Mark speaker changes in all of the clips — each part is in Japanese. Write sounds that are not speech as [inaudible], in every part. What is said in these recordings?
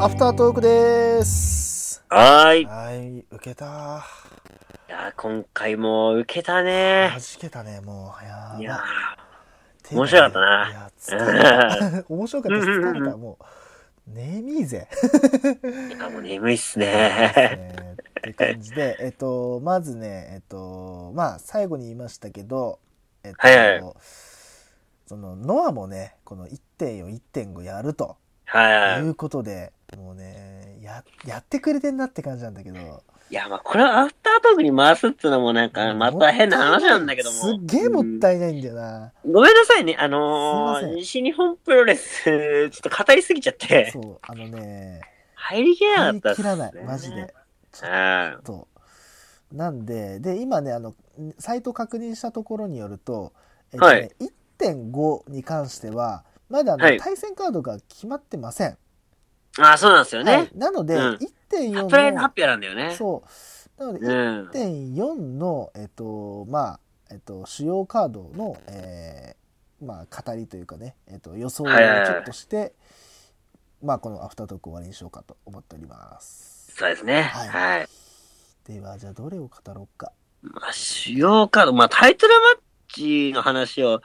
Speaker 1: アフタートークでーす。
Speaker 2: はーい。い
Speaker 1: はい、受けた
Speaker 2: やー、今回も受けた
Speaker 1: ー。
Speaker 2: ね
Speaker 1: はじけたね、もう。や
Speaker 2: ー。
Speaker 1: ば
Speaker 2: い
Speaker 1: い
Speaker 2: や
Speaker 1: ていう
Speaker 2: 面白かったない
Speaker 1: や、疲
Speaker 2: [laughs]
Speaker 1: れた。面白かったし、疲れた。もう、眠いぜ。
Speaker 2: ー、なんかもう眠いっす
Speaker 1: です
Speaker 2: [laughs]
Speaker 1: [laughs]
Speaker 2: ね。
Speaker 1: ねって感じで、えっと、まずね、えっと、まあ、最後に言いましたけど、えっと、
Speaker 2: はいはい
Speaker 1: その、ノアもね、この1.4、1.5やると
Speaker 2: はいい。
Speaker 1: うことで、もうね、や、やってくれてんなって感じなんだけど、
Speaker 2: いや、まあ、これはアフタートークに回すってのもなんか、また変な話なんだけども。
Speaker 1: すっげえもったいないんだよな。
Speaker 2: うんごめんなさいね。あ
Speaker 1: す
Speaker 2: の
Speaker 1: いませ
Speaker 2: ー、
Speaker 1: ん
Speaker 2: 西日本プロレス、ちょっと語りすぎちゃって、
Speaker 1: そう、あのね、
Speaker 2: 入りきれな
Speaker 1: 入
Speaker 2: かっ
Speaker 1: り
Speaker 2: た
Speaker 1: 切らない、マジで。。ちょっ
Speaker 2: うん。
Speaker 1: と。なんで、で、今ね、あの、サイト確認したところによると、えっと
Speaker 2: はい
Speaker 1: ね、1.5に関しては、まだあの、
Speaker 2: はい
Speaker 1: 対戦カードが決まってません。
Speaker 2: あー、そうなんですよ
Speaker 1: はい
Speaker 2: ね。
Speaker 1: なので、
Speaker 2: うんサプラ
Speaker 1: 1.4
Speaker 2: イズ
Speaker 1: の、
Speaker 2: 発表なんだよね。
Speaker 1: そう。なので、
Speaker 2: うん。
Speaker 1: 1.4の、えっと、まあ、えっと、主要カードの、えーまあ、語りというかね、えっと、予想をちょっとして、まあ、このアフタートークを終わりにしようかと思っております。
Speaker 2: そうですね。
Speaker 1: はい
Speaker 2: はい。
Speaker 1: では、じゃあ、どれを語ろうか。
Speaker 2: まあ、主要カード、まあ、タイトルマッチの話を、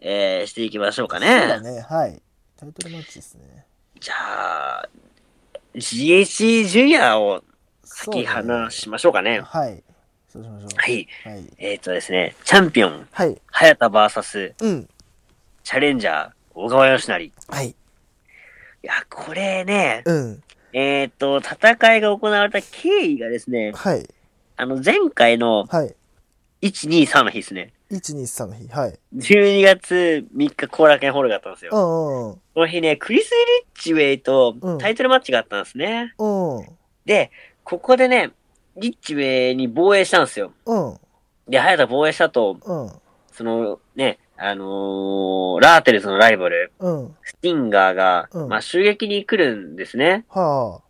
Speaker 2: えーしていきましょうかね。
Speaker 1: そうだね、はい。タイトルマッチですね。
Speaker 2: じゃあ、GHC ジュニアを
Speaker 1: そう
Speaker 2: 先
Speaker 1: だね
Speaker 2: 話しましょうかね。
Speaker 1: はい。そうしましょう。
Speaker 2: はい。
Speaker 1: はい。
Speaker 2: えっ、とですね、チャンピオン、
Speaker 1: はい。
Speaker 2: 早田 VS、
Speaker 1: うん。
Speaker 2: チャレンジャー、小川義成。い
Speaker 1: はい。
Speaker 2: や、これね、
Speaker 1: うん。
Speaker 2: えっ、と、戦いが行われた経緯がですね、
Speaker 1: はい。
Speaker 2: あの、前回の
Speaker 1: はい。
Speaker 2: 1、2、3の日ですね。
Speaker 1: 123の日。はい。
Speaker 2: 12月3日、後楽園ホールがあったんです
Speaker 1: うん
Speaker 2: よ。
Speaker 1: うん
Speaker 2: この日ね、クリス・リッチウェイと
Speaker 1: うん
Speaker 2: タイトルマッチがあったんですね。
Speaker 1: うん。
Speaker 2: で、ここでね、リッチウェイに防衛したんですよ。
Speaker 1: うん。うん。
Speaker 2: で、早田防衛したと、
Speaker 1: うん。
Speaker 2: そのね、あのーラーテルズのライバル、
Speaker 1: うん。
Speaker 2: スティンガーが、
Speaker 1: うん
Speaker 2: まあ、襲撃に来るんですね。
Speaker 1: は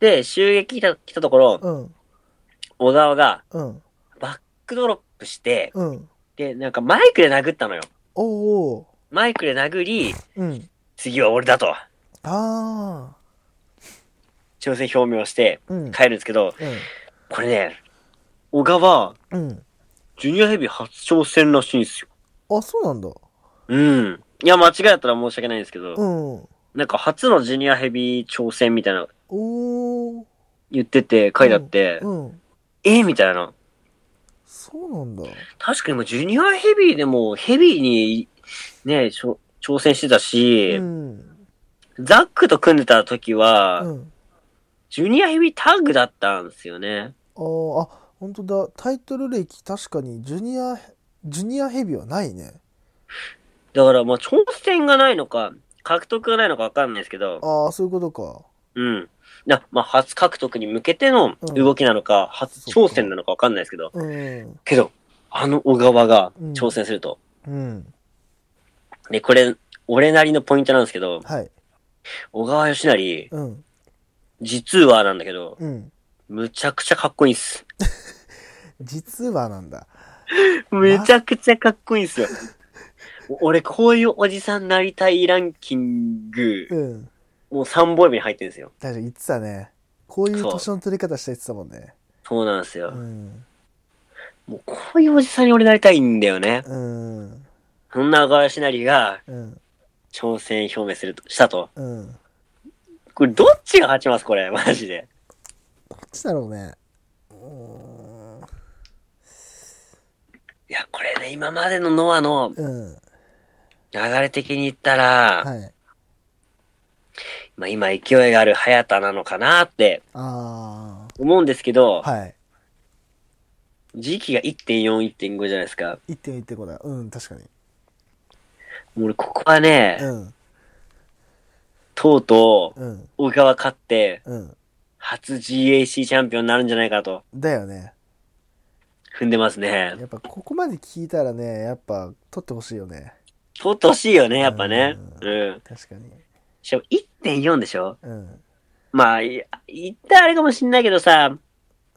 Speaker 2: で、襲撃来た来たところ
Speaker 1: あ。、うん。
Speaker 2: 小川が
Speaker 1: うん。
Speaker 2: バックドロップして、
Speaker 1: うん。
Speaker 2: で、なんかマイクで殴ったのよ。
Speaker 1: おお。
Speaker 2: マイクで殴り、
Speaker 1: うん。
Speaker 2: 次は俺だと、
Speaker 1: ああ。
Speaker 2: 挑戦表明をして
Speaker 1: うん。
Speaker 2: 帰るんですけど、
Speaker 1: う
Speaker 2: これね、小川、
Speaker 1: ん。うん。
Speaker 2: ジュニアヘビー初挑戦らしいんですよ。
Speaker 1: あ、そうなんだ。
Speaker 2: うん。いや、間違えたら申し訳ないんですけど、
Speaker 1: うん。
Speaker 2: なんか初のジュニアヘビー挑戦みたいなの
Speaker 1: おお。
Speaker 2: 言ってて、書いてあって、
Speaker 1: うん。
Speaker 2: えーみたいな。
Speaker 1: そうなんだ。
Speaker 2: 確かにもうジュニアヘビーでもヘビーにね、しょ挑戦してたし、
Speaker 1: うん。
Speaker 2: ザックと組んでた時は、
Speaker 1: うん。
Speaker 2: ジュニアヘビータッグだったんですよね。
Speaker 1: あーあ、本当だ。タイトル歴、確かに、ジュニア、ジュニアヘビはないね。
Speaker 2: だからまあ挑戦がないのか、獲得がないのかわかんないですけど、
Speaker 1: ああ、そういうことか。
Speaker 2: うん。なまあ初獲得に向けて
Speaker 1: う
Speaker 2: の
Speaker 1: ん
Speaker 2: 動きなのか、初挑戦なのかわかんないですけど、
Speaker 1: うん。
Speaker 2: けど、あの小川が
Speaker 1: うん
Speaker 2: 挑戦すると。
Speaker 1: うん。
Speaker 2: で、これ、俺なりのポイントなんですけど、
Speaker 1: はい。
Speaker 2: 小川義成、
Speaker 1: うん。
Speaker 2: 実はなんだけど、
Speaker 1: うん。
Speaker 2: むちゃくちゃかっこいいっす。
Speaker 1: 実はなんだ。
Speaker 2: めちゃくちゃかっこいいんすよ。お [laughs] 俺、こういうおじさんなりたいランキング、
Speaker 1: うん。
Speaker 2: もう3本目に入ってるんですよ。
Speaker 1: 確かに言ってたね。こういう
Speaker 2: そう
Speaker 1: 年の取り方した言ってたもんね。
Speaker 2: そうなんですよ。
Speaker 1: うん。
Speaker 2: もう、こういうおじさんに俺なりたいんだよね。
Speaker 1: うん。
Speaker 2: そんな小川しなりが
Speaker 1: うん。
Speaker 2: 挑戦表明すると、したと。
Speaker 1: うん。ど
Speaker 2: これ、どっちが勝ちますこれ、マジで。
Speaker 1: っちだろうね。うーん
Speaker 2: いや、これね、今までのノアの
Speaker 1: うん。
Speaker 2: 流れ的に言ったら、
Speaker 1: はい。
Speaker 2: まあ今勢いがある早田なのかなって
Speaker 1: あ
Speaker 2: 思うんですけ
Speaker 1: あ。
Speaker 2: ど、
Speaker 1: はい。
Speaker 2: 時期が1.4、1.5じゃないですか。
Speaker 1: 一点一点こだ。うん、確かに。
Speaker 2: もう俺、ここはね、
Speaker 1: うん。
Speaker 2: とうとう、
Speaker 1: うん。
Speaker 2: 小川勝って、
Speaker 1: うん。
Speaker 2: 初 GAC チャンピオンになるんじゃないかと
Speaker 1: だよね。
Speaker 2: 踏んでますね。
Speaker 1: やっぱここまで聞いたらね、やっぱ取ってほしいよね。
Speaker 2: 取ってほしいよね、やっぱね。
Speaker 1: う
Speaker 2: うん。
Speaker 1: 確かに。
Speaker 2: しかも1.4でしょ
Speaker 1: うん。
Speaker 2: まあ、い言ったらあれかもしんないけどさ、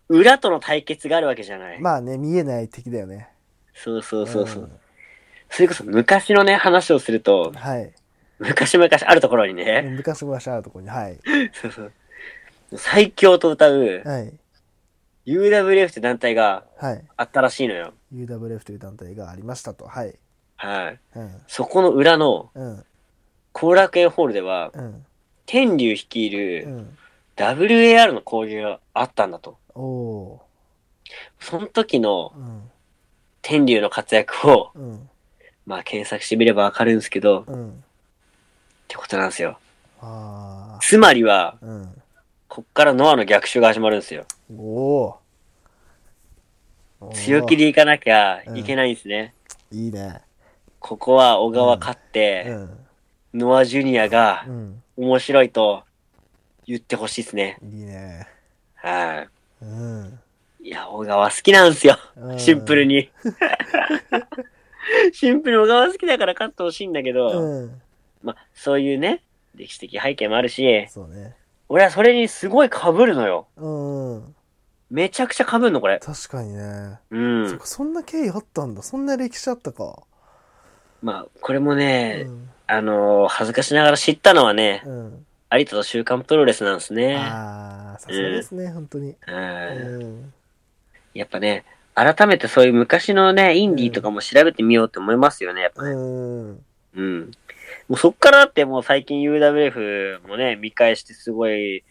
Speaker 2: 裏との対決があるわけじゃない。
Speaker 1: まあね、見えない敵だよね。
Speaker 2: そうそうそうそう。
Speaker 1: うん
Speaker 2: それこそ昔のね、話をすると、
Speaker 1: はい。
Speaker 2: 昔々あるところにね、
Speaker 1: 昔々あるところに、はい。
Speaker 2: そうそう最強と歌う
Speaker 1: はい。
Speaker 2: UWF って団体が
Speaker 1: はい。
Speaker 2: あったらしいのよ。
Speaker 1: UWF という団体がありましたと。はい。
Speaker 2: はい。
Speaker 1: うん。
Speaker 2: そこの裏の
Speaker 1: うん。
Speaker 2: 後楽園ホールでは、
Speaker 1: うん。
Speaker 2: 天竜率いうる
Speaker 1: ん。
Speaker 2: WAR の交流があったんだと。
Speaker 1: おお
Speaker 2: その時の
Speaker 1: ー。うん。
Speaker 2: 天竜の活躍を、
Speaker 1: うん。
Speaker 2: まあ検索してみればわかるんですけど、っ
Speaker 1: うん。
Speaker 2: てことなんですよ。
Speaker 1: あ
Speaker 2: つまりは、
Speaker 1: あ。うん。
Speaker 2: こっからノアの逆襲が始まるんですよ。
Speaker 1: おおー。
Speaker 2: 強気
Speaker 1: り
Speaker 2: でいかなきゃいけないんですね。
Speaker 1: いいね。
Speaker 2: ここは小川勝って、
Speaker 1: うん。
Speaker 2: ノアジュニアが
Speaker 1: うん。
Speaker 2: 面白いと言ってほしいですね。
Speaker 1: いいね。
Speaker 2: は
Speaker 1: うん。
Speaker 2: い。いや、小川好きなんですよ。
Speaker 1: うん
Speaker 2: シンプルに。 [laughs] シンプルに小川好きだから勝ってほしいんだけど、
Speaker 1: うん。
Speaker 2: まあ、そういうね、歴史的背景もあるし、
Speaker 1: そうね。
Speaker 2: 俺はそれにすごい被るのよ。
Speaker 1: うん。
Speaker 2: めちゃくちゃ被るの、これ。
Speaker 1: 確かにね。
Speaker 2: う
Speaker 1: そっ
Speaker 2: ん。
Speaker 1: かそんな経緯あったんだ。そんな歴史あったか。
Speaker 2: まあ、これも
Speaker 1: う
Speaker 2: ね、
Speaker 1: ん。
Speaker 2: あのー恥ずかしながら知ったのはね、
Speaker 1: うん。
Speaker 2: 有田と週刊プロレスなんですね。
Speaker 1: ああ、さすがですね、本当に。う
Speaker 2: うん
Speaker 1: ん。
Speaker 2: やっぱね、改めてそういう昔のね、インディーとかも調べてみようと思いますよね、やっぱね。
Speaker 1: うん。
Speaker 2: うん。もうそっからだってもう最近 UWF もね、見返してすごい、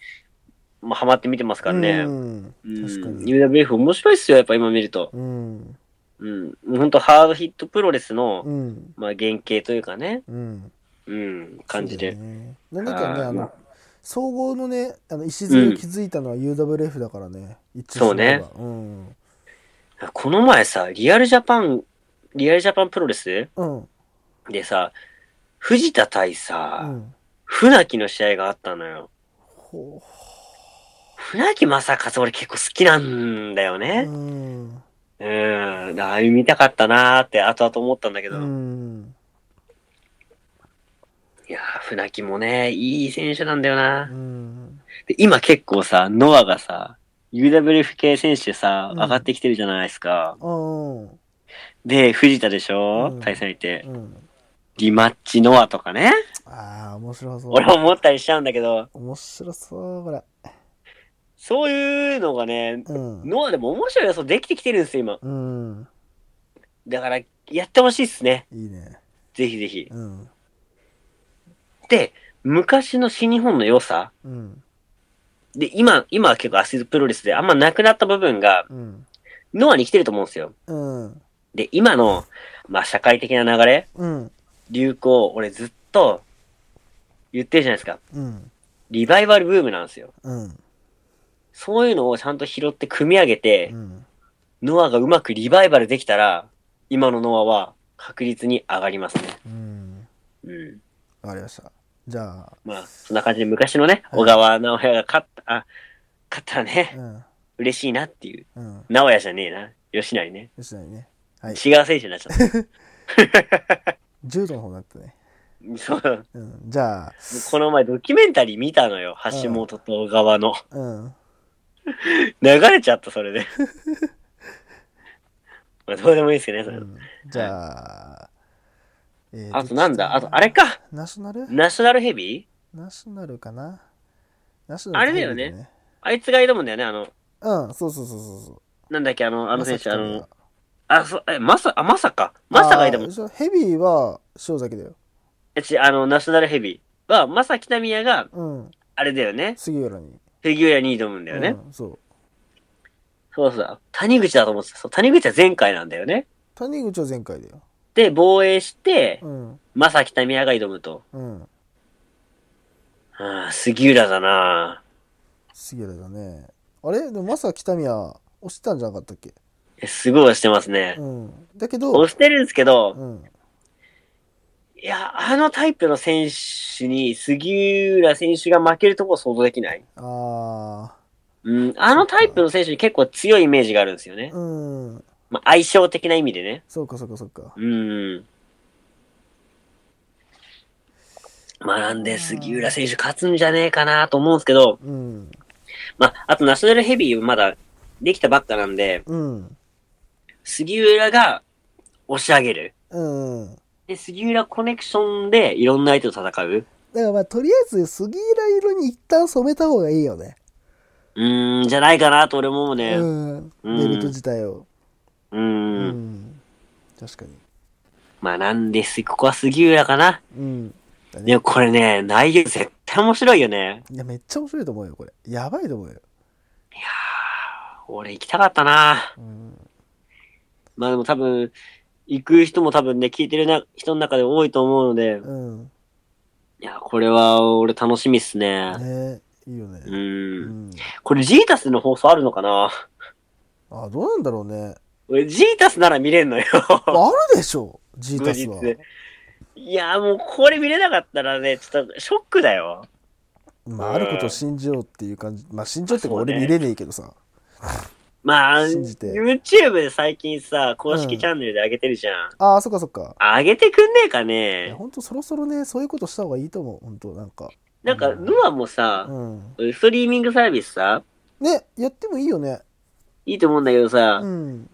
Speaker 2: まあ、ハマって見てますからね。
Speaker 1: うん。
Speaker 2: うん
Speaker 1: 確かに。
Speaker 2: UWF 面白いっすよ、やっぱ今見ると。
Speaker 1: うん。
Speaker 2: うん。もうほんとハードヒットプロレスの、
Speaker 1: うん。
Speaker 2: まあ原型というかね、
Speaker 1: うん。
Speaker 2: うん、感じ
Speaker 1: そ
Speaker 2: で
Speaker 1: う。だね。なんだかね、
Speaker 2: あー
Speaker 1: あ
Speaker 2: ま
Speaker 1: の
Speaker 2: あ、
Speaker 1: 総合のね、あの、礎を築いたのは UWF だからね。一致すれば。うん。
Speaker 2: この前さ、リアルジャパン、リアルジャパンプロレス
Speaker 1: うん。
Speaker 2: でさ、藤田対
Speaker 1: う
Speaker 2: さ、
Speaker 1: ん。
Speaker 2: 船木の試合があったのよ。
Speaker 1: ほ
Speaker 2: 船木正和俺結構好きなんだよ
Speaker 1: う。
Speaker 2: ね。
Speaker 1: うん。
Speaker 2: うん。だからああいう見たかったなーって後々思ったんだけど。
Speaker 1: うん。
Speaker 2: いやー、船木もね、いい選手なんだよ
Speaker 1: う
Speaker 2: な。
Speaker 1: ん。
Speaker 2: で今結構さ、ノアがさ、UWF 系選手さ、
Speaker 1: うん
Speaker 2: 上がってきてるじゃないですか。
Speaker 1: うん。
Speaker 2: で、藤田でしょ、
Speaker 1: うん
Speaker 2: 対戦相手。
Speaker 1: うん。
Speaker 2: リマッチノアとかね。
Speaker 1: ああ、面白そう。
Speaker 2: 俺思ったりしちゃうんだけど、
Speaker 1: 面白そう、これ。
Speaker 2: そういうのがね、
Speaker 1: うん。
Speaker 2: ノアでも面白い予想できてきてるんですよ、今。
Speaker 1: うん。
Speaker 2: だから、やってほしいっすね。
Speaker 1: いいね。
Speaker 2: ぜひぜひ。
Speaker 1: うん。
Speaker 2: で、昔の新日本の良さ。
Speaker 1: うん。
Speaker 2: で、今、今は結構アシスプロレスであんまなくなった部分が、
Speaker 1: うん。
Speaker 2: ノアに来てると思うんですよ。
Speaker 1: うん。
Speaker 2: で、今の、まあ、社会的な流れ、
Speaker 1: うん。
Speaker 2: 流行、俺ずっと言ってるじゃないですか。
Speaker 1: うん。
Speaker 2: リバイバルブームなんですよ。
Speaker 1: うん。
Speaker 2: そういうのをちゃんと拾って組み上げて、
Speaker 1: うん。
Speaker 2: ノアがうまくリバイバルできたら、今のノアは確実に上がりますね。
Speaker 1: うん。
Speaker 2: うん。
Speaker 1: わかりました。じゃあ、
Speaker 2: まあ、そんな感じで昔のね、小川直也が勝った、あ、勝ったらね、
Speaker 1: うん。
Speaker 2: 嬉しいなっていう。
Speaker 1: うん。
Speaker 2: 直也じゃねえな。吉成ね。
Speaker 1: 吉成ね。はい。
Speaker 2: 違う選手になっちゃった。
Speaker 1: 柔道の方だったね。 [laughs]
Speaker 2: そう。もう
Speaker 1: うん。じゃあ、
Speaker 2: この前ドキュメンタリー見たのよ。橋本と小川の。
Speaker 1: うん。
Speaker 2: 流れちゃった、それ [laughs] で。まあ、どうでもいいですけど
Speaker 1: う
Speaker 2: ね、それ。
Speaker 1: ん、じゃあ、えー
Speaker 2: あとなんだあ
Speaker 1: どっち
Speaker 2: と、あれか。
Speaker 1: ナショナル
Speaker 2: ナショナルヘビー
Speaker 1: ナショナルかなナショ
Speaker 2: あ
Speaker 1: ナル
Speaker 2: れだよね
Speaker 1: テレビね。
Speaker 2: あいつが挑むんだよね、あ
Speaker 1: う
Speaker 2: の、
Speaker 1: ん、そうそうそうそうそう。
Speaker 2: なんだっけ、あの、あの選手、
Speaker 1: ま
Speaker 2: あ
Speaker 1: さきと
Speaker 2: の
Speaker 1: か、
Speaker 2: あ、そう、え、まさ、あ、まさか。まさが挑
Speaker 1: あー
Speaker 2: む。
Speaker 1: そうヘビーは塩崎だよ。
Speaker 2: え、ち、あの、ナショナルヘビーは、まさきたみやが、
Speaker 1: うん。
Speaker 2: あれだよね。
Speaker 1: 杉浦に。
Speaker 2: フィギュアに挑むんだよね。
Speaker 1: うん、そう。
Speaker 2: そうそうだ。谷口だと思ってた。そう、谷口は前回なんだよね。
Speaker 1: 谷口は前回だよ。
Speaker 2: で、防衛して、
Speaker 1: うん。
Speaker 2: まさきたみやが挑むと。
Speaker 1: うん。
Speaker 2: ああ、杉浦だな
Speaker 1: 杉浦だね。あれでもまさか北宮押してたんじゃなかったっけ
Speaker 2: えすごい押してますね。
Speaker 1: うん。だけど
Speaker 2: 押、してるんですけど、
Speaker 1: うん。
Speaker 2: いや、あのタイプの選手に杉浦選手が負けるとこ想像できない。
Speaker 1: あ
Speaker 2: うん、あのタイプの選手に結構強いイメージがあるんですよね
Speaker 1: ー。。うん。
Speaker 2: まあ、相性的な意味でね。
Speaker 1: そうかそうかそうか。
Speaker 2: うん。まあ、なんで杉浦選手勝つんじゃねえかなと思うんですけど、
Speaker 1: うん。
Speaker 2: まあ、あとナショナルヘビーまだできたばっかなんで、
Speaker 1: うん。
Speaker 2: 杉浦が押し上げる。
Speaker 1: うん。
Speaker 2: で、杉浦コネクションでいろんな相手と戦
Speaker 1: だ
Speaker 2: う
Speaker 1: からまあ、とりあえず杉浦色に一旦染めた方がいいよね。
Speaker 2: うーん、じゃないかなと俺も思うね。
Speaker 1: う。
Speaker 2: うんうん
Speaker 1: ベルト自体を。
Speaker 2: ーん。、
Speaker 1: うんん。確かに。
Speaker 2: まあなんです、ここは杉浦かな。
Speaker 1: うん。だね
Speaker 2: でもこれね、内容絶対面白いよね。
Speaker 1: いや、めっちゃ面白いと思うよ、これ。やばいと思うよ。
Speaker 2: いやー、俺行きたかったな。
Speaker 1: うん。
Speaker 2: まあでも多分、行く人も多分ね、聞いてるな人の中で多いと思うので、
Speaker 1: うん。
Speaker 2: いや、これは俺楽しみっすね。
Speaker 1: ねいいよね。
Speaker 2: う。
Speaker 1: うんん
Speaker 2: これジータスの放送あるのかな
Speaker 1: あ、どうなんだろうね。
Speaker 2: 俺ジータスなら見れんのよ。
Speaker 1: あるでしょジー
Speaker 2: 無
Speaker 1: タスは。
Speaker 2: 実。いや、もうこれ見れなかったらね、ちょっとショックだよ。
Speaker 1: まあ、あることを信じようっていう感じ。まあ、信じようってか、
Speaker 2: そうね
Speaker 1: 俺見れねえけどさ。
Speaker 2: まあ、
Speaker 1: 信じて
Speaker 2: YouTube で最近さ、公
Speaker 1: うん
Speaker 2: 式チャンネルで上げてるじゃん。
Speaker 1: ああ、そっかそっか。
Speaker 2: 上げてくんねえか
Speaker 1: いや、
Speaker 2: ね
Speaker 1: ほんとそろそろね、そういうことした方がいいと思う。ほんと、なんか。
Speaker 2: なんか、
Speaker 1: うん
Speaker 2: ノアもさ、
Speaker 1: うん。
Speaker 2: ストリーミングサービスさ、
Speaker 1: ね、やってもいいよね。
Speaker 2: いいと思うんだけどさ、
Speaker 1: うん。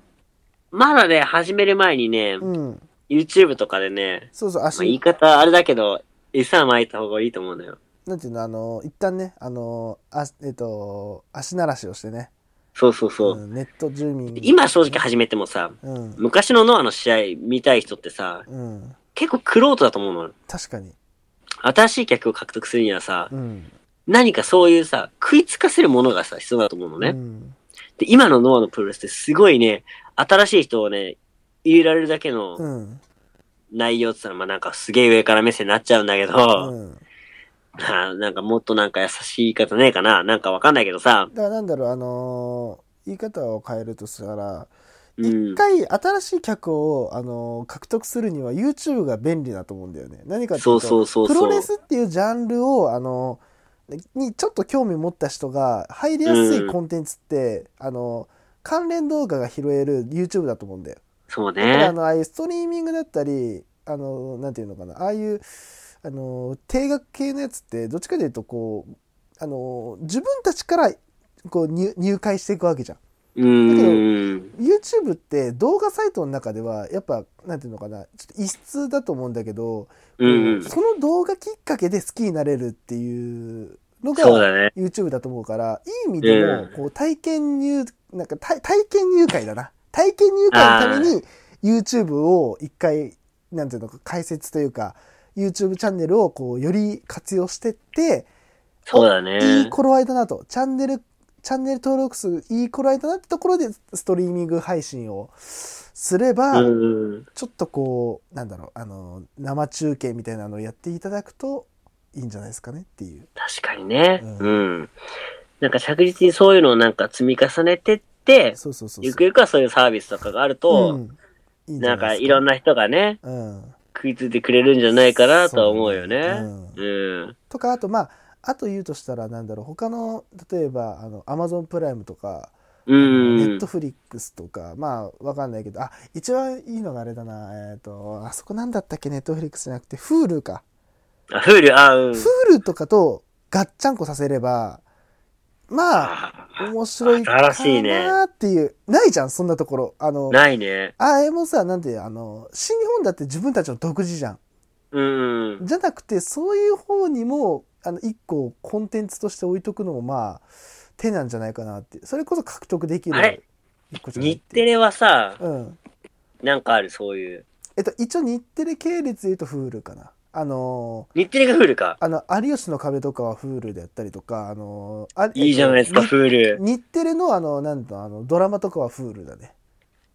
Speaker 2: まだね、始める前にね、
Speaker 1: うん。
Speaker 2: YouTube とかでね、
Speaker 1: そうそう、
Speaker 2: まあ言い
Speaker 1: 足、
Speaker 2: 方あれだけど、餌撒いた方がいいと思うんだよ。
Speaker 1: なんていうの、あの、一旦ね、あの、あえっと、足慣らしをしてね。
Speaker 2: そうそうそう。
Speaker 1: うんネット住民。
Speaker 2: 今正直始めてもさ、
Speaker 1: うん。
Speaker 2: 昔のノアの試合見たい人ってさ、
Speaker 1: うん。
Speaker 2: 結構クロートだと思うの。
Speaker 1: 確かに。
Speaker 2: 新しい客を獲得するにはさ、
Speaker 1: うん。
Speaker 2: 何かそういうさ、食いつかせるものがさ、必要だと思うのね。
Speaker 1: うん。
Speaker 2: で、今のノアのプロレスってすごいね、新しい人をね、入れられるだけ
Speaker 1: う
Speaker 2: の
Speaker 1: ん。
Speaker 2: 内容って言ったら、まあなんかすげえ上から目線になっちゃうんだけど、
Speaker 1: うん。
Speaker 2: まあなんかもっとなんか優しい言い方ねえかななんかわかんないけどさ、
Speaker 1: だからなんだろう、あのー言い方を変えるとしたら、
Speaker 2: う
Speaker 1: 一
Speaker 2: ん。
Speaker 1: 回新しい客を、あのー獲得するには YouTube が便利だと思うんだよね。何かっていうと
Speaker 2: そうそうそう
Speaker 1: プ
Speaker 2: そ
Speaker 1: ロ
Speaker 2: う
Speaker 1: レ。スっていうジャンルを、あのーにちょっと興味持った人が入りやすい
Speaker 2: うん
Speaker 1: コンテンツって、あのー関連動画が拾える YouTube だと思うんだよ。
Speaker 2: そう
Speaker 1: だからあ
Speaker 2: ね。
Speaker 1: のああいうストリーミングだったりあのなんていうのかなああいうあの定額系のやつってどっちかというとこうあの自分たちからこう入入会していくわけじゃん。
Speaker 2: うーん。
Speaker 1: YouTube って動画サイトの中ではやっぱなんていうのかなちょっと異質だと思うんだけど、
Speaker 2: うんうん。
Speaker 1: その動画きっかけで好きになれるっていうのが
Speaker 2: そうだね。
Speaker 1: YouTube だと思うから、いい意味でも、こう、体験入、なんか体、体験入会だな。体験入会のために、YouTube を一回、なんていうのか、解説というか、YouTube チャンネルをこう、より活用してって、
Speaker 2: そうだ
Speaker 1: いい
Speaker 2: ね。
Speaker 1: 頃合いだなと、チャンネル、チャンネル登録数いい頃合いだなってところで、ストリーミング配信をすれば、
Speaker 2: うんうん。
Speaker 1: ちょっとこう、なんだろう、あの、生中継みたいなのをやっていただくと、いいんじゃないですかねっていう。
Speaker 2: 確かにね。
Speaker 1: うん
Speaker 2: うん。なんか着実にそういうのをなんか積み重ねてって、
Speaker 1: そうそうそうそう。
Speaker 2: ゆくゆくはそういうサービスとかがあると、
Speaker 1: うんいいじ
Speaker 2: な
Speaker 1: ゃ
Speaker 2: ん
Speaker 1: な
Speaker 2: か
Speaker 1: い
Speaker 2: いろん
Speaker 1: な、
Speaker 2: な人がね、
Speaker 1: うん、
Speaker 2: 食いついてくれるんじゃないかなとは思うよね。
Speaker 1: そううねうん
Speaker 2: ん。
Speaker 1: とかあとまああと言うとしたらなんだろう他の例えばあのアマゾンプライムとか、
Speaker 2: う
Speaker 1: ネ
Speaker 2: ん
Speaker 1: ット。フリックスとかまあわかんないけどあ一番いいのがあれだなえっ、とあそこなんだったっけネットフリックスじゃなくて Hulu か、
Speaker 2: あ、フール、あ、うん。
Speaker 1: Hulu とかとガッチャンコさせればまあ面白いかな
Speaker 2: 新しいね
Speaker 1: ーっていう、ないじゃんそんなところあの
Speaker 2: ないね。
Speaker 1: あれもさなんてあの新日本だって自分たちの独自じゃん
Speaker 2: うん。
Speaker 1: じゃなくてそういう方にもあの一個コンテンツとして置いとくのもまあ手なんじゃないかなってそれこそ獲得でき
Speaker 2: あれ
Speaker 1: る一個じゃないっ
Speaker 2: 日
Speaker 1: て
Speaker 2: テ
Speaker 1: いう
Speaker 2: レはさ、
Speaker 1: うん
Speaker 2: なんかある、そういう。
Speaker 1: えっと一応日テレ系列で言うと Hulu かなあのー
Speaker 2: 日テレがフールか。
Speaker 1: あの「有吉の壁」とかは Hulu でやったりとかあのーあ
Speaker 2: いいじゃないですか、
Speaker 1: えっと
Speaker 2: フール。
Speaker 1: 日日テレのあのなんだあのドラマとかは Hulu だね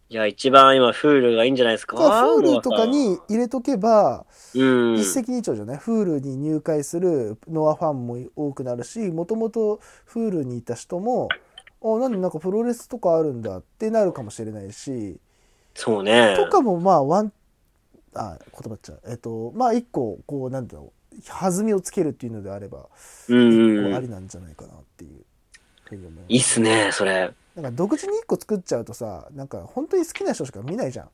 Speaker 2: いや、一番今、フールがいいんじゃないですか。
Speaker 1: だから Hulu とかに入れとけば
Speaker 2: うん。
Speaker 1: 一石二鳥じゃない Hulu に入会するノアファンも多くなるしもともと Hulu にいた人も「あなんでなんかプロレスとかあるんだ」ってなるかもしれないし
Speaker 2: そうね。
Speaker 1: とかもまあワンあ言葉っちゃうえっとまあ一個こうなんだろう弾みをつけるっていうのであれば
Speaker 2: う
Speaker 1: 一
Speaker 2: んう
Speaker 1: 個あり
Speaker 2: ん。
Speaker 1: なんじゃないかなっていう。ふうに思います
Speaker 2: いいっすね、それ。
Speaker 1: なんか独自に一個作っちゃうとさなんか本当に好きな人しか見ないじゃん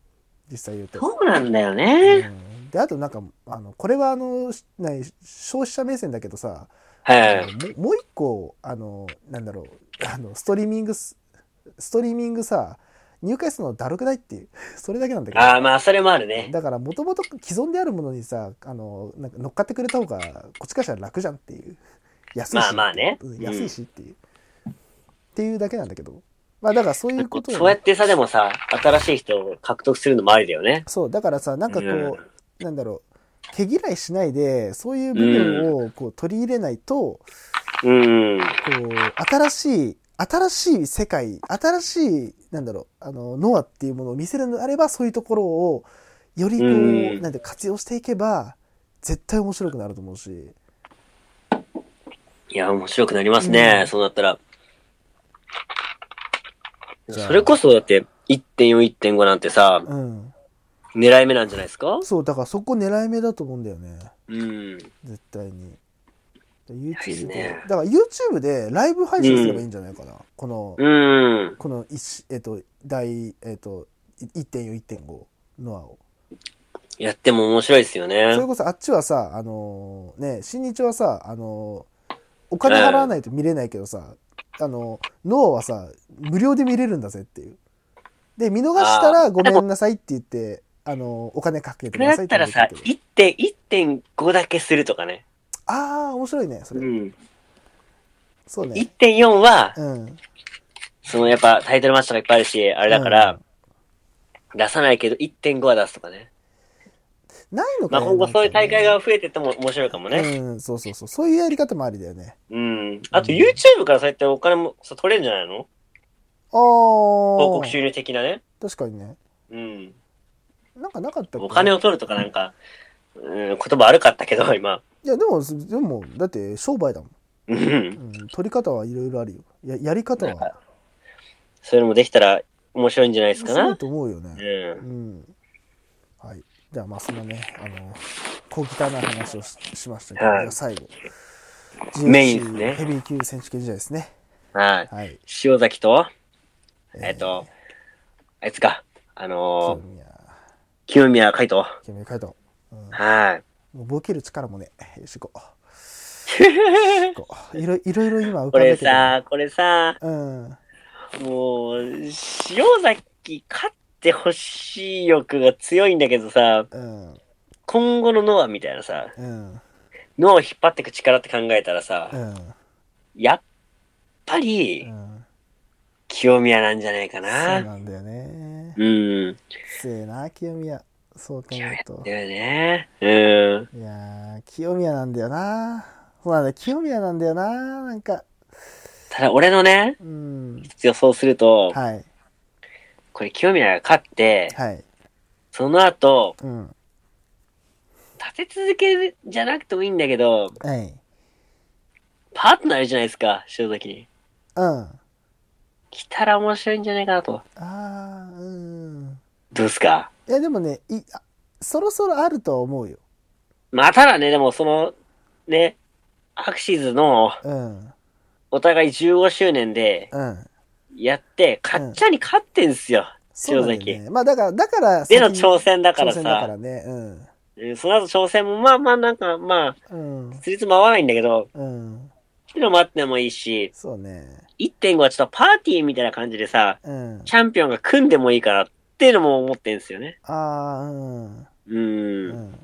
Speaker 1: 実際言うと。
Speaker 2: そうなんだよ
Speaker 1: う
Speaker 2: ね。
Speaker 1: んであとなんかあのこれはあのしない消費者目線だけどさ
Speaker 2: はい。
Speaker 1: ももう一個あのなんだろうあのストリーミングスストリーミングさ入会するのだるくないっていう、それだけなんだけど。
Speaker 2: ああ、まあ、それもあるね。
Speaker 1: だから、もともと既存であるものにさ、あの、なんか乗っかってくれた方が、こっちからしたら楽じゃんっていう。安いし。
Speaker 2: まあまあね
Speaker 1: うん
Speaker 2: うん
Speaker 1: 安いしっていう。っていうだけなんだけど。まあ、だからそういうことをね
Speaker 2: そうやってさ、でもさ、新しい人を獲得するのもありだよね。
Speaker 1: そう、だからさ、なんかこ
Speaker 2: うん
Speaker 1: う、なんだろう。毛嫌いしないで、そういう部分をこう取り入れないと、
Speaker 2: うん。
Speaker 1: こう、新しい、新しい世界、新しい、なんだろう、あの、ノアっていうものを見せるのであれば、そういうところを、よりこう、
Speaker 2: うん
Speaker 1: なんて活用していけば、絶対面白くなると思うし。
Speaker 2: いや、面白くなりますね。
Speaker 1: うん
Speaker 2: そうなったら。
Speaker 1: じゃあ
Speaker 2: それこそ、だって、1.4、1.5なんてさ、
Speaker 1: うん。
Speaker 2: 狙い目なんじゃないですか
Speaker 1: そう、だからそこ狙い目だと思うんだよね。
Speaker 2: うん。
Speaker 1: 絶対に。で
Speaker 2: いいっす
Speaker 1: YouTube で、
Speaker 2: ね
Speaker 1: だから YouTube でライブ配信すればいいんじゃないかな。この、
Speaker 2: うん。
Speaker 1: この一、えっと、第、えっと、1.4、1.5ノアを。
Speaker 2: やっても面白いですよね
Speaker 1: それ。こそあっちはさ、あのーね、新日はさ、あのーお金払わないと見れないけどさ、あのーノアはさ、無料で見れるんだぜっていう。で、見逃したらごめんなさいって言って、あのーお金かけて
Speaker 2: そ
Speaker 1: く
Speaker 2: れ
Speaker 1: だ
Speaker 2: だ
Speaker 1: さい
Speaker 2: っ
Speaker 1: って
Speaker 2: た
Speaker 1: 言っ
Speaker 2: ら
Speaker 1: てる
Speaker 2: さ、
Speaker 1: けど
Speaker 2: 1.1.5だけするとかね。
Speaker 1: ああ、面白いね、そうれ。
Speaker 2: ん。
Speaker 1: そうね。
Speaker 2: 1.4は、
Speaker 1: うん。
Speaker 2: そのやっぱタイトルマッチとかいっぱいあるし、あれだから、出さないけど1.5は出すとかね。
Speaker 1: うん、ないのか
Speaker 2: ま
Speaker 1: ね
Speaker 2: あ今後そういう大会が
Speaker 1: なん
Speaker 2: 増えてっても面白いかも
Speaker 1: か
Speaker 2: ね。
Speaker 1: ね。うん、そうそうそう。そういうやり方もありだよね。
Speaker 2: うん。あと YouTube からそうやってお金もそう取れるんじゃないの
Speaker 1: ああ。
Speaker 2: 広告収入的なね。
Speaker 1: 確かにね。
Speaker 2: うん。
Speaker 1: なんかなかったっけ
Speaker 2: お金を取るとかなんか、うん、言葉悪かったけど、今。
Speaker 1: いや、でも、でも、だって商売だもん。う
Speaker 2: う。
Speaker 1: んん、取り方はいろいろあるよ。ややり方
Speaker 2: なん
Speaker 1: は
Speaker 2: か、そういうのもできたら面白いんじゃないですすか
Speaker 1: ごい
Speaker 2: な。
Speaker 1: と思うよ
Speaker 2: う。
Speaker 1: ね。うんん。はい。じゃあ、まあ、そんなね、あの、小汚い話をししましたけど、
Speaker 2: はい
Speaker 1: じゃあ最後。
Speaker 2: メインですね
Speaker 1: GHC ヘビー級選手権試合ですね。
Speaker 2: はい。
Speaker 1: はい。
Speaker 2: 塩崎と、
Speaker 1: え
Speaker 2: えっと、あいつか。あのー、
Speaker 1: 清宮、
Speaker 2: 清宮海斗。
Speaker 1: 清宮海斗。 [laughs]
Speaker 2: はい。
Speaker 1: もうボケる力もね、よし行こう。行こういろいろいろ今浮
Speaker 2: こ
Speaker 1: かん
Speaker 2: れ
Speaker 1: だけど。
Speaker 2: さ、これさ、
Speaker 1: うん。
Speaker 2: もう、塩崎勝ってほしい欲が強いんだけどさ、
Speaker 1: うん。
Speaker 2: 今後のノアみたいなさ、
Speaker 1: うん。
Speaker 2: ノアを引っ張っていく力って考えたらさ、
Speaker 1: うん。
Speaker 2: やっぱ
Speaker 1: う
Speaker 2: り
Speaker 1: ん。
Speaker 2: 清宮なんじゃないか
Speaker 1: そう
Speaker 2: な。
Speaker 1: なんだよね。
Speaker 2: うん。
Speaker 1: せえな、清宮。そう考えると
Speaker 2: だ。よね。うん。
Speaker 1: いやー、清宮なんだよな。そうなんだよ、清宮なんだよな。なんか、
Speaker 2: ただ俺のね、
Speaker 1: うん。
Speaker 2: 予想すると、
Speaker 1: はい、
Speaker 2: これ清宮が勝って、
Speaker 1: はい、
Speaker 2: その後、
Speaker 1: うん。
Speaker 2: 立て続けじゃなくてもいいんだけど、
Speaker 1: はい。
Speaker 2: パートナーいるじゃないですか、塩崎に。
Speaker 1: うん。あ
Speaker 2: 来たら面白いんじゃないかなと。
Speaker 1: あー、うん。
Speaker 2: どうですか
Speaker 1: いや、でもね、いあそろそろあるとは思うよ。
Speaker 2: まあ、ただね、でもその、ね、アクシーズの
Speaker 1: うん、
Speaker 2: お互い15周年で
Speaker 1: うん。
Speaker 2: やって、かっちゃに勝ってんすよ。
Speaker 1: そうなんだ
Speaker 2: 塩
Speaker 1: よね。
Speaker 2: 崎
Speaker 1: まあ、だから、だから、
Speaker 2: での
Speaker 1: 先に
Speaker 2: 挑戦だから
Speaker 1: 挑戦だか
Speaker 2: さ、
Speaker 1: らね。
Speaker 2: うんその後挑戦も、まあまあなんか、まあ、
Speaker 1: うん、うん、
Speaker 2: つりつも合わないんだけど、
Speaker 1: うん。
Speaker 2: っていうのもあってもいいし、
Speaker 1: そうね。
Speaker 2: 1.5はちょっとパーティーみたいな感じでさ、
Speaker 1: うん。
Speaker 2: チャンピオンが組んでもいいかなっていうのも思ってんすよね。
Speaker 1: ああ、うん、
Speaker 2: う。
Speaker 1: うんん、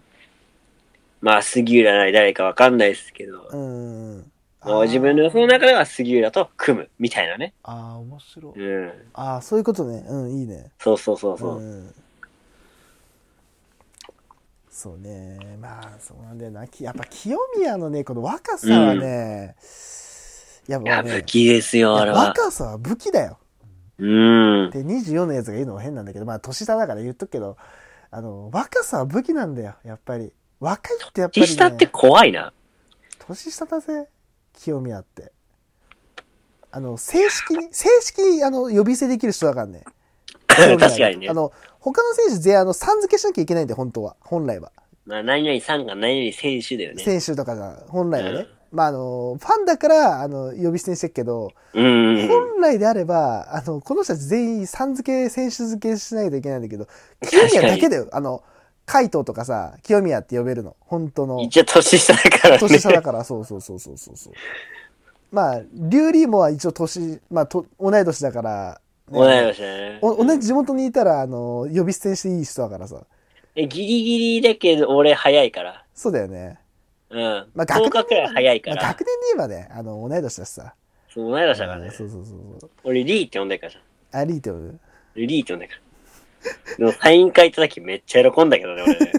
Speaker 2: まあ、杉浦なり誰かわかんないですけど、
Speaker 1: うん。
Speaker 2: もう自分の予想の中では杉浦と組む、みたいなね。
Speaker 1: あーあー、面白い。
Speaker 2: うん。
Speaker 1: ああ、そういうことね。うん、いいね。
Speaker 2: そうそうそうそう。
Speaker 1: ん、そうねまあそうなんだよなきやっぱ清宮のねこの若さはね、やっ
Speaker 2: いや、
Speaker 1: ぱね
Speaker 2: 武器ですよ、あれは。
Speaker 1: 若さは武器だよ
Speaker 2: うん。
Speaker 1: で24のやつが言うのも変なんだけどまあ年下だから言っとくけどあの若さは武器なんだよやっぱり若いってやっぱり、ね、
Speaker 2: 年下って怖いな。
Speaker 1: 年下だぜ清宮ってあの正式に正式にあの呼び捨てできる人だからね
Speaker 2: 確かにね
Speaker 1: あ。の他の選手全員あのさん付けしなきゃいけないんで本当は本来は、
Speaker 2: まあ、何々さんが何々選手だよね。
Speaker 1: 選手とかが本来はね、まああのファンだからあの呼び捨てにしてるけど、
Speaker 2: うん。
Speaker 1: 本来であればあのこの人たち全員さん付け選手付けしないといけないんだけど清宮だけだよあの海藤とかさ清宮って呼べるの本当の
Speaker 2: 一応年下だからね。
Speaker 1: 年下だから、そうそうそうそうそうそう。まあ、リュウリーもは一応年、まあと、同い年だから、
Speaker 2: 同い年だ [laughs] ね。
Speaker 1: お同じ地元にいたら、あの、呼び捨てにしていい人だからさ。
Speaker 2: え、ギリギリだけど、俺早いから。
Speaker 1: そうだよね。
Speaker 2: うん。
Speaker 1: まあ
Speaker 2: 10日くらい早いか
Speaker 1: まあ
Speaker 2: ら。
Speaker 1: 学年で言えばね、あの、同い年だしさ。
Speaker 2: そう、同い年だから
Speaker 1: う
Speaker 2: ね
Speaker 1: ん。そうそうそうそう。
Speaker 2: 俺、リーって呼んだからさ。
Speaker 1: あ、リーって呼ぶ
Speaker 2: リーって呼んだから。でも、サイン会行った時めっちゃ喜んだけどね、俺ね。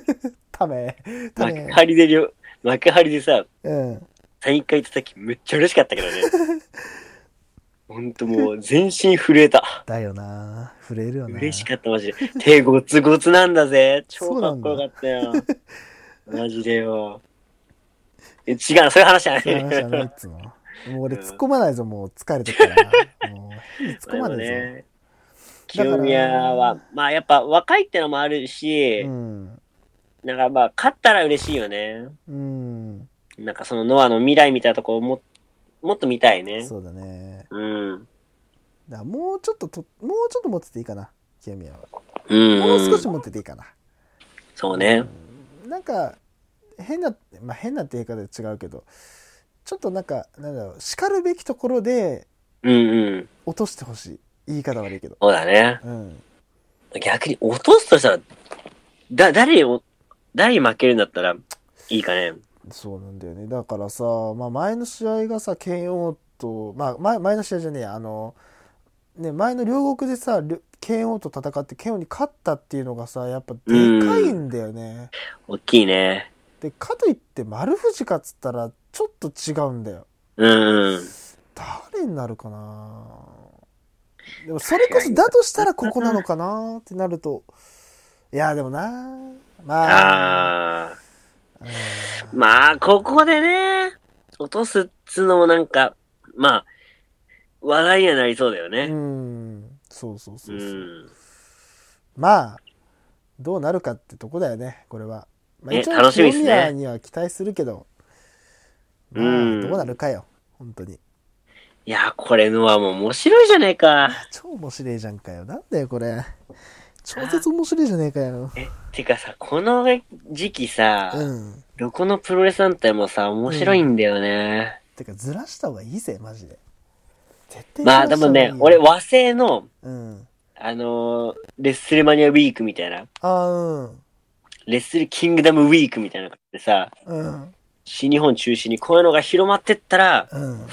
Speaker 1: ため。ため
Speaker 2: 幕。張でりょ、幕張でさ、
Speaker 1: うん。
Speaker 2: サイン会行った時めっちゃ嬉しかったけ
Speaker 1: [laughs]
Speaker 2: どね。ほんともう、全身震えた。
Speaker 1: だよな震えるよな
Speaker 2: 嬉しかった、マジで。手ゴツゴツなんだぜ。超かっこよかったよ。マジでよ。え違う、そういう話じゃない。
Speaker 1: そういう話じゃ
Speaker 2: [laughs]
Speaker 1: ないっつうの。もう俺突っ込まないぞ、もう疲れてるから。もう突っ込まないぞ。
Speaker 2: ね。清宮は、まあやっぱ若いってのもあるし、
Speaker 1: うん。
Speaker 2: なんかまあ勝ったら嬉しいよね。
Speaker 1: うん。
Speaker 2: なんかそのノアの未来みたいなとこをももっと見たいね。
Speaker 1: そうだね。
Speaker 2: うん。
Speaker 1: だからもうちょっとと、もうちょっと持ってていいかな、清宮は。
Speaker 2: うん。
Speaker 1: もう少し持ってていいかな。
Speaker 2: そうね。
Speaker 1: なんか、変な、まあ、変なって言い方で違うけど、ちょっとなんか、なんだろう、叱るべきところで
Speaker 2: うんうん。
Speaker 1: 落としてほしい。言い方悪いけど。
Speaker 2: そうだね。
Speaker 1: うん。
Speaker 2: 逆に落とすとしたら、だ、誰を、誰に負けるんだったらいいかね。
Speaker 1: そうなんだよね。だからさ、まあ、前の試合がさ、KO と、まあ、前前の試合じゃねえや、あの、ね、前の両国でさ、りょ KO と戦って、KO に勝ったっていうのがさ、やっぱでかいんだよね。
Speaker 2: 大きいね。
Speaker 1: で、かといって、丸藤かっつったら、ちょっと違うんだよ。
Speaker 2: うんうん。
Speaker 1: 誰になるかなでもそれこそだとしたらここなのかなってなるといやでもなまあ
Speaker 2: ああ。
Speaker 1: うん
Speaker 2: まあ、ここでね、落とすっつのもなんか、まあ、話題にはなりそうだよ
Speaker 1: う
Speaker 2: ね。
Speaker 1: んそうそう
Speaker 2: う
Speaker 1: そうそう、
Speaker 2: ん。
Speaker 1: まあどうなるかってとこだよねこれは、まあ、
Speaker 2: ね楽しみっすね
Speaker 1: 清宮には期待するけど、まあ
Speaker 2: うん
Speaker 1: どうなるかよ本当にい
Speaker 2: いや、これのはもう面白いじゃねえか。
Speaker 1: や超面白いじゃんかよなんだよこれ超絶面白いじゃねえかよ
Speaker 2: え、てかさ、この時期さ、
Speaker 1: うん
Speaker 2: どこのプロレス団体もさ、面白いんだよね。
Speaker 1: てかずらした方がいいぜマジで絶対
Speaker 2: まあ、
Speaker 1: ず
Speaker 2: で
Speaker 1: らした方
Speaker 2: も
Speaker 1: がいいよ、
Speaker 2: ね俺、和製の、
Speaker 1: うん
Speaker 2: あのーレッスルマニアウィークみたいな、
Speaker 1: あー
Speaker 2: レッスルキングダムウィークみたいなのってさ、
Speaker 1: うんうん
Speaker 2: 新日本中心にこういうのが広まってったら、
Speaker 1: うん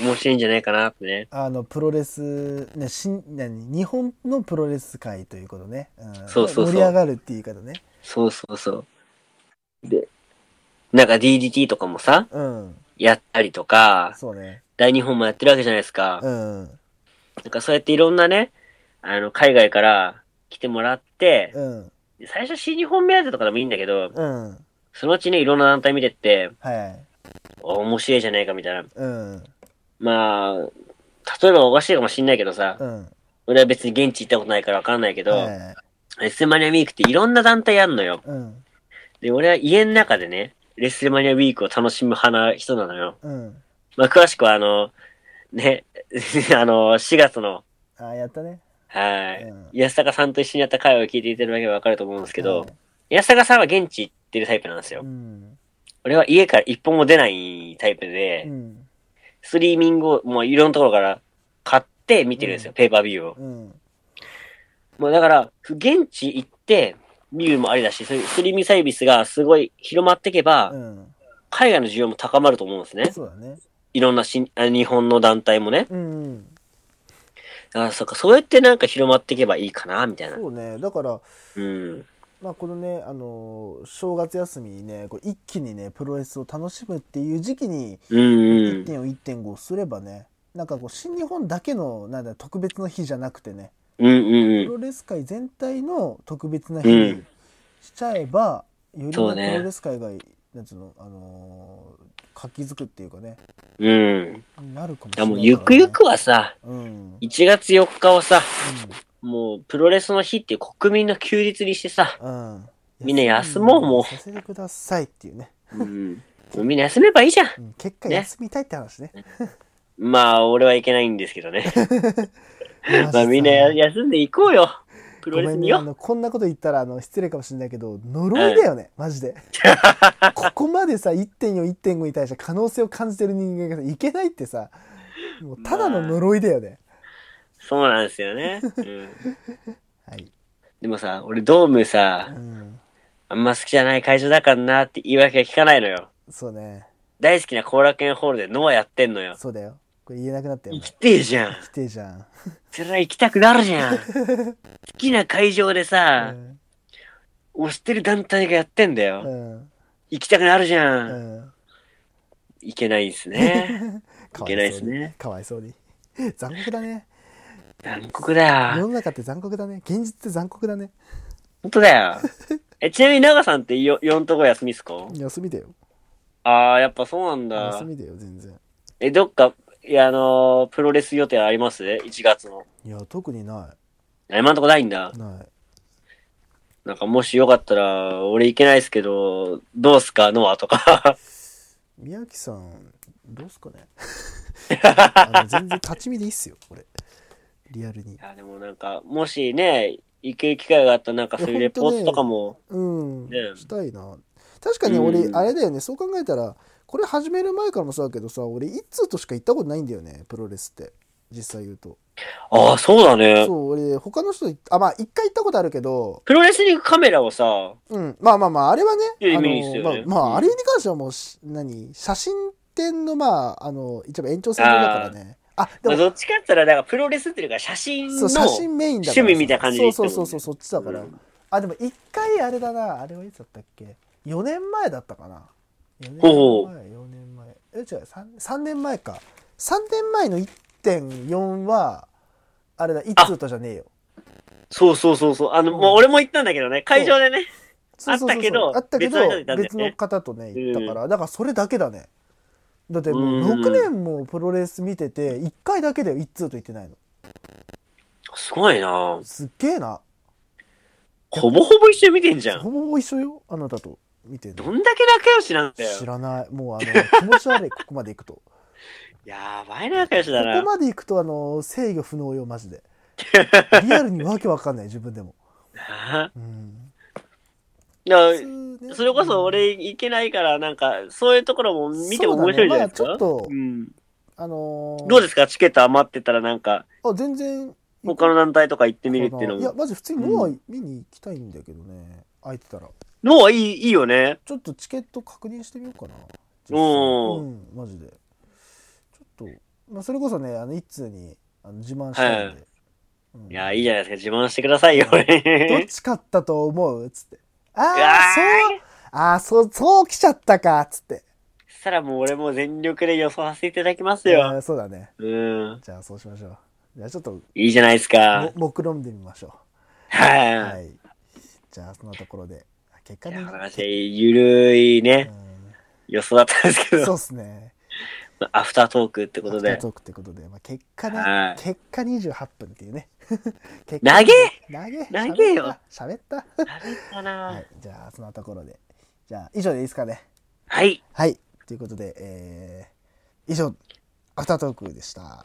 Speaker 2: 面白いんじゃないかなってね。
Speaker 1: あのプロレスね新何日本のプロレス界ということね、ん
Speaker 2: そうそうそう
Speaker 1: 盛り上がるっていう言い方ね
Speaker 2: そうそうそう。で、なんか DDT とかもさ、
Speaker 1: うん
Speaker 2: やったりとか、
Speaker 1: そうね
Speaker 2: 大日本もやってるわけじゃないですか。
Speaker 1: うん
Speaker 2: なんかそうやっていろんなね、あの、海外から来てもらって、
Speaker 1: うん
Speaker 2: 最初新日本目当てとかでもいいんだけど、
Speaker 1: うん
Speaker 2: そのうちね、いろんな団体見てって、
Speaker 1: はい
Speaker 2: お面白いじゃないかみたいな。
Speaker 1: うん
Speaker 2: まあ、例えばおかしいかもしんないけどさ
Speaker 1: う、ん
Speaker 2: 俺は別に現地行ったことないからわかんないけど、
Speaker 1: はい
Speaker 2: レッスルマニアウィークっていろんな団体やんのよ。
Speaker 1: うん
Speaker 2: で、俺は家の中でね、レッスルマニアウィークを楽しむ派な人なのよ。
Speaker 1: うん
Speaker 2: まあ、詳しくは、あの、ね、 [laughs] あの、4月の、
Speaker 1: あーやったね
Speaker 2: はい、
Speaker 1: うん
Speaker 2: 安坂さんと一緒にやった回を聞いていただければわかると思うんですけど、
Speaker 1: はい
Speaker 2: 安坂さんは現地行ってるタイプなんですよ。
Speaker 1: うん
Speaker 2: 俺は家から一本も出ないタイプで、
Speaker 1: うん
Speaker 2: スリーミングをもういろんなところから買って見てるんですよ、ペーパービューを。
Speaker 1: うん
Speaker 2: もうだから、現地行って、ビューもありだし、そういうスリーミングサービスがすごい広まっていけば、
Speaker 1: うん
Speaker 2: 海外の需要も高まると思うんですね。
Speaker 1: そうだね
Speaker 2: いろんな新あ日本の団体もね。
Speaker 1: うんうん
Speaker 2: あ、そっか、そうやってなんか広まっていけばいいかな、みたいな。
Speaker 1: そうねだから
Speaker 2: うん。
Speaker 1: まあこのね、あのー正月休みにねこう一気にねプロレスを楽しむっていう時期に
Speaker 2: うんうん。
Speaker 1: 1.4、1.5すればねなんかこう新日本だけのなんだ特別の日じゃなくてね
Speaker 2: うんうん
Speaker 1: プ
Speaker 2: うん。
Speaker 1: ロレス界全体の特別な日
Speaker 2: う
Speaker 1: に
Speaker 2: ん
Speaker 1: しちゃえば、よりねプ
Speaker 2: そ
Speaker 1: ロ
Speaker 2: うね
Speaker 1: レス界がなんつうの、あのー活気づくっていうかね
Speaker 2: うん。
Speaker 1: なるかもし
Speaker 2: い
Speaker 1: れないから
Speaker 2: や
Speaker 1: ね、
Speaker 2: もうゆくゆくはさ、
Speaker 1: うん、うん
Speaker 2: 1月4日をさ、もうプロレスの日っていう国民の休日にしてさ、
Speaker 1: うん
Speaker 2: みんな休もうもう
Speaker 1: させてくださいっていうね、
Speaker 2: うん。もうみんな休めばいいじゃん。
Speaker 1: うん、結果
Speaker 2: ね
Speaker 1: 休みたいって話ね
Speaker 2: まあ、俺はいけないんですけど [laughs] ね。 [laughs] まあ、みんなや休んでいこうよ。プロ
Speaker 1: ご
Speaker 2: レ
Speaker 1: め
Speaker 2: ス
Speaker 1: ん
Speaker 2: に
Speaker 1: ね、あ
Speaker 2: よ。
Speaker 1: のこんなこと言ったらあの失礼かもしれないけど呪いだよね、マジでここまでさ1.41.5に対して可能性を感じてる人間がさいけないってさもうただの呪いだよね、
Speaker 2: そうなんですよね。うん。
Speaker 1: はい。
Speaker 2: でもさ、俺ドームさ
Speaker 1: う、ん。
Speaker 2: あんま好きじゃない会場だからなって言い訳が聞かないのよ。
Speaker 1: そうね。
Speaker 2: 大好きな後楽園ホールでノアやってんのよ。
Speaker 1: そうだよ。これ言えなくなったよ。
Speaker 2: 行
Speaker 1: もう
Speaker 2: きてえじゃん。
Speaker 1: 来てえじゃん。
Speaker 2: それは行きたくなるじゃん。好きな会場でさ、推してる団体がやってんだ
Speaker 1: う
Speaker 2: よ。
Speaker 1: ん。うん。
Speaker 2: 行きたくなるじゃん。
Speaker 1: うん。
Speaker 2: 行けないんすね。
Speaker 1: か
Speaker 2: いけないですね
Speaker 1: かわいそうに。残酷だね。
Speaker 2: 残酷だ
Speaker 1: 世
Speaker 2: よ。
Speaker 1: の中って残酷だね。現実って残酷だね。
Speaker 2: 本当だよ。え、ちなみに長さんってよ4とこ休みっすか
Speaker 1: 休みだよ。
Speaker 2: ああ、やっぱそうなんだ
Speaker 1: 休。みだよ、全然。
Speaker 2: え、どっか、いや、あのープロレス予定あります ?1 月の。
Speaker 1: いや、特にな
Speaker 2: あ今んとこないんだ
Speaker 1: い。。ない。
Speaker 2: なんかもしよかったら、俺行けないっすけど、どうすかノアとか。 [laughs]
Speaker 1: 宮城さん、どうすかねあの
Speaker 2: [laughs]
Speaker 1: 全然立ち見でいいっすよ、これ。リアルに
Speaker 2: い。や、でもなんか、もしね、行ける機会があったら、なんかそういうレポートとかも、
Speaker 1: うん、
Speaker 2: ね
Speaker 1: したいな確かに俺、
Speaker 2: うん
Speaker 1: あれだよねそう考えたらこれ始める前からもそうだけどさ俺一通としか行ったことないんだよねプロレスって実際言うと
Speaker 2: ああ、そうだね。
Speaker 1: そう俺他の人と行っあまあ一回行ったことあるけど
Speaker 2: プロレスに行くカメラをさ、
Speaker 1: うんまあまあまああれはね
Speaker 2: いや
Speaker 1: あ
Speaker 2: イメージですよね
Speaker 1: まあ、ま
Speaker 2: うん
Speaker 1: あ、あれに関してはもうし何写真展のまああの一番延長線上だからねあで
Speaker 2: ま
Speaker 1: も
Speaker 2: あ、どっちかって言ったら、だからプロレスっていうか写真
Speaker 1: そ
Speaker 2: の
Speaker 1: う写真メインだから
Speaker 2: 趣味みたいな感じで
Speaker 1: そ
Speaker 2: 行
Speaker 1: う
Speaker 2: ったも
Speaker 1: そうそ
Speaker 2: んね
Speaker 1: うそうそっちだから、
Speaker 2: うん
Speaker 1: あでも一回あれだなあれはいつだったっけ4年前だったかな4年前
Speaker 2: ほうほ
Speaker 1: 4年前え違う 3, 3年前か3年前の1.4はあれだ一通とじゃねえよ
Speaker 2: そうそうそうそう。あの、
Speaker 1: うん
Speaker 2: もう俺も行ったんだけどね、会場でね。
Speaker 1: そうそうそうそう
Speaker 2: あったけど
Speaker 1: あったけど
Speaker 2: 別の人にいたんだよね
Speaker 1: 別の方とね行ったから、だからそれだけだねだってもう
Speaker 2: うん
Speaker 1: 6年もプロレス見てて1回だけだよ一通と言ってないの
Speaker 2: すごいな
Speaker 1: すっげえな
Speaker 2: ほぼほぼ一緒に見てんじゃん。
Speaker 1: ほぼほぼ一緒よあなたと見てるの
Speaker 2: どんだけ仲良しなんだ
Speaker 1: 知
Speaker 2: よ。
Speaker 1: らないもうあの気持ち悪いここまで行くとこ
Speaker 2: やばい仲良しだ
Speaker 1: こ
Speaker 2: な。
Speaker 1: まで行くとあの制御不能よマジ
Speaker 2: [laughs]
Speaker 1: でリアルにわけわかんない自分でも、
Speaker 2: なあ
Speaker 1: うん、
Speaker 2: いや
Speaker 1: 普通ね
Speaker 2: それこそ俺行けないから、なんか、そういうところも見ても面白いじゃないです
Speaker 1: そうだねまあ
Speaker 2: か。
Speaker 1: ちょっと
Speaker 2: うん
Speaker 1: あのー
Speaker 2: どうですかチケット余ってたらなんか、
Speaker 1: あ全然
Speaker 2: 他の団体とか行ってみるっていうの
Speaker 1: いや
Speaker 2: も。
Speaker 1: マジ普通にノア見に行きたいんだけどね、空いてたら
Speaker 2: のはいい、いいよね。
Speaker 1: ちょっとチケット確認してみようかな実際
Speaker 2: おー
Speaker 1: うんマジでちょっと、まあ、それこそねあの一通にあの自慢したいんで、うん
Speaker 2: いや、いいじゃないですか。自慢してくださいよ、俺。
Speaker 1: どっち勝ったと思うっつってあ
Speaker 2: うわ
Speaker 1: あそう
Speaker 2: ー
Speaker 1: ああ、そう、そう来ちゃったか、つって。
Speaker 2: そしたらもう俺も全力で予想させていただきます
Speaker 1: あ
Speaker 2: よ。
Speaker 1: ーそうだね。
Speaker 2: うん。
Speaker 1: じゃあ、そうしましょう。じゃあ、ちょっと、
Speaker 2: いいじゃないですか
Speaker 1: も。目論んでみましょう。
Speaker 2: は。
Speaker 1: はいい。じゃあ、そのところで、結果
Speaker 2: い
Speaker 1: に、
Speaker 2: や私、ゆるいうね、
Speaker 1: ん
Speaker 2: 予想だったんですけ
Speaker 1: そ
Speaker 2: ど
Speaker 1: う、ですね。
Speaker 2: アフタートークってこと
Speaker 1: アフタ
Speaker 2: で
Speaker 1: ー。トークってことで、まあ、結果
Speaker 2: は
Speaker 1: ね、
Speaker 2: い
Speaker 1: 結果28分っていうね。 [laughs] 結
Speaker 2: 投げ
Speaker 1: 投げ
Speaker 2: 投げよ
Speaker 1: 喋った。
Speaker 2: あれか
Speaker 1: は。
Speaker 2: ない
Speaker 1: じゃあ、そのところで。じゃあ、以上でいいですかね。
Speaker 2: はい。
Speaker 1: はい。ということで、えー、以上、アフタートークでした。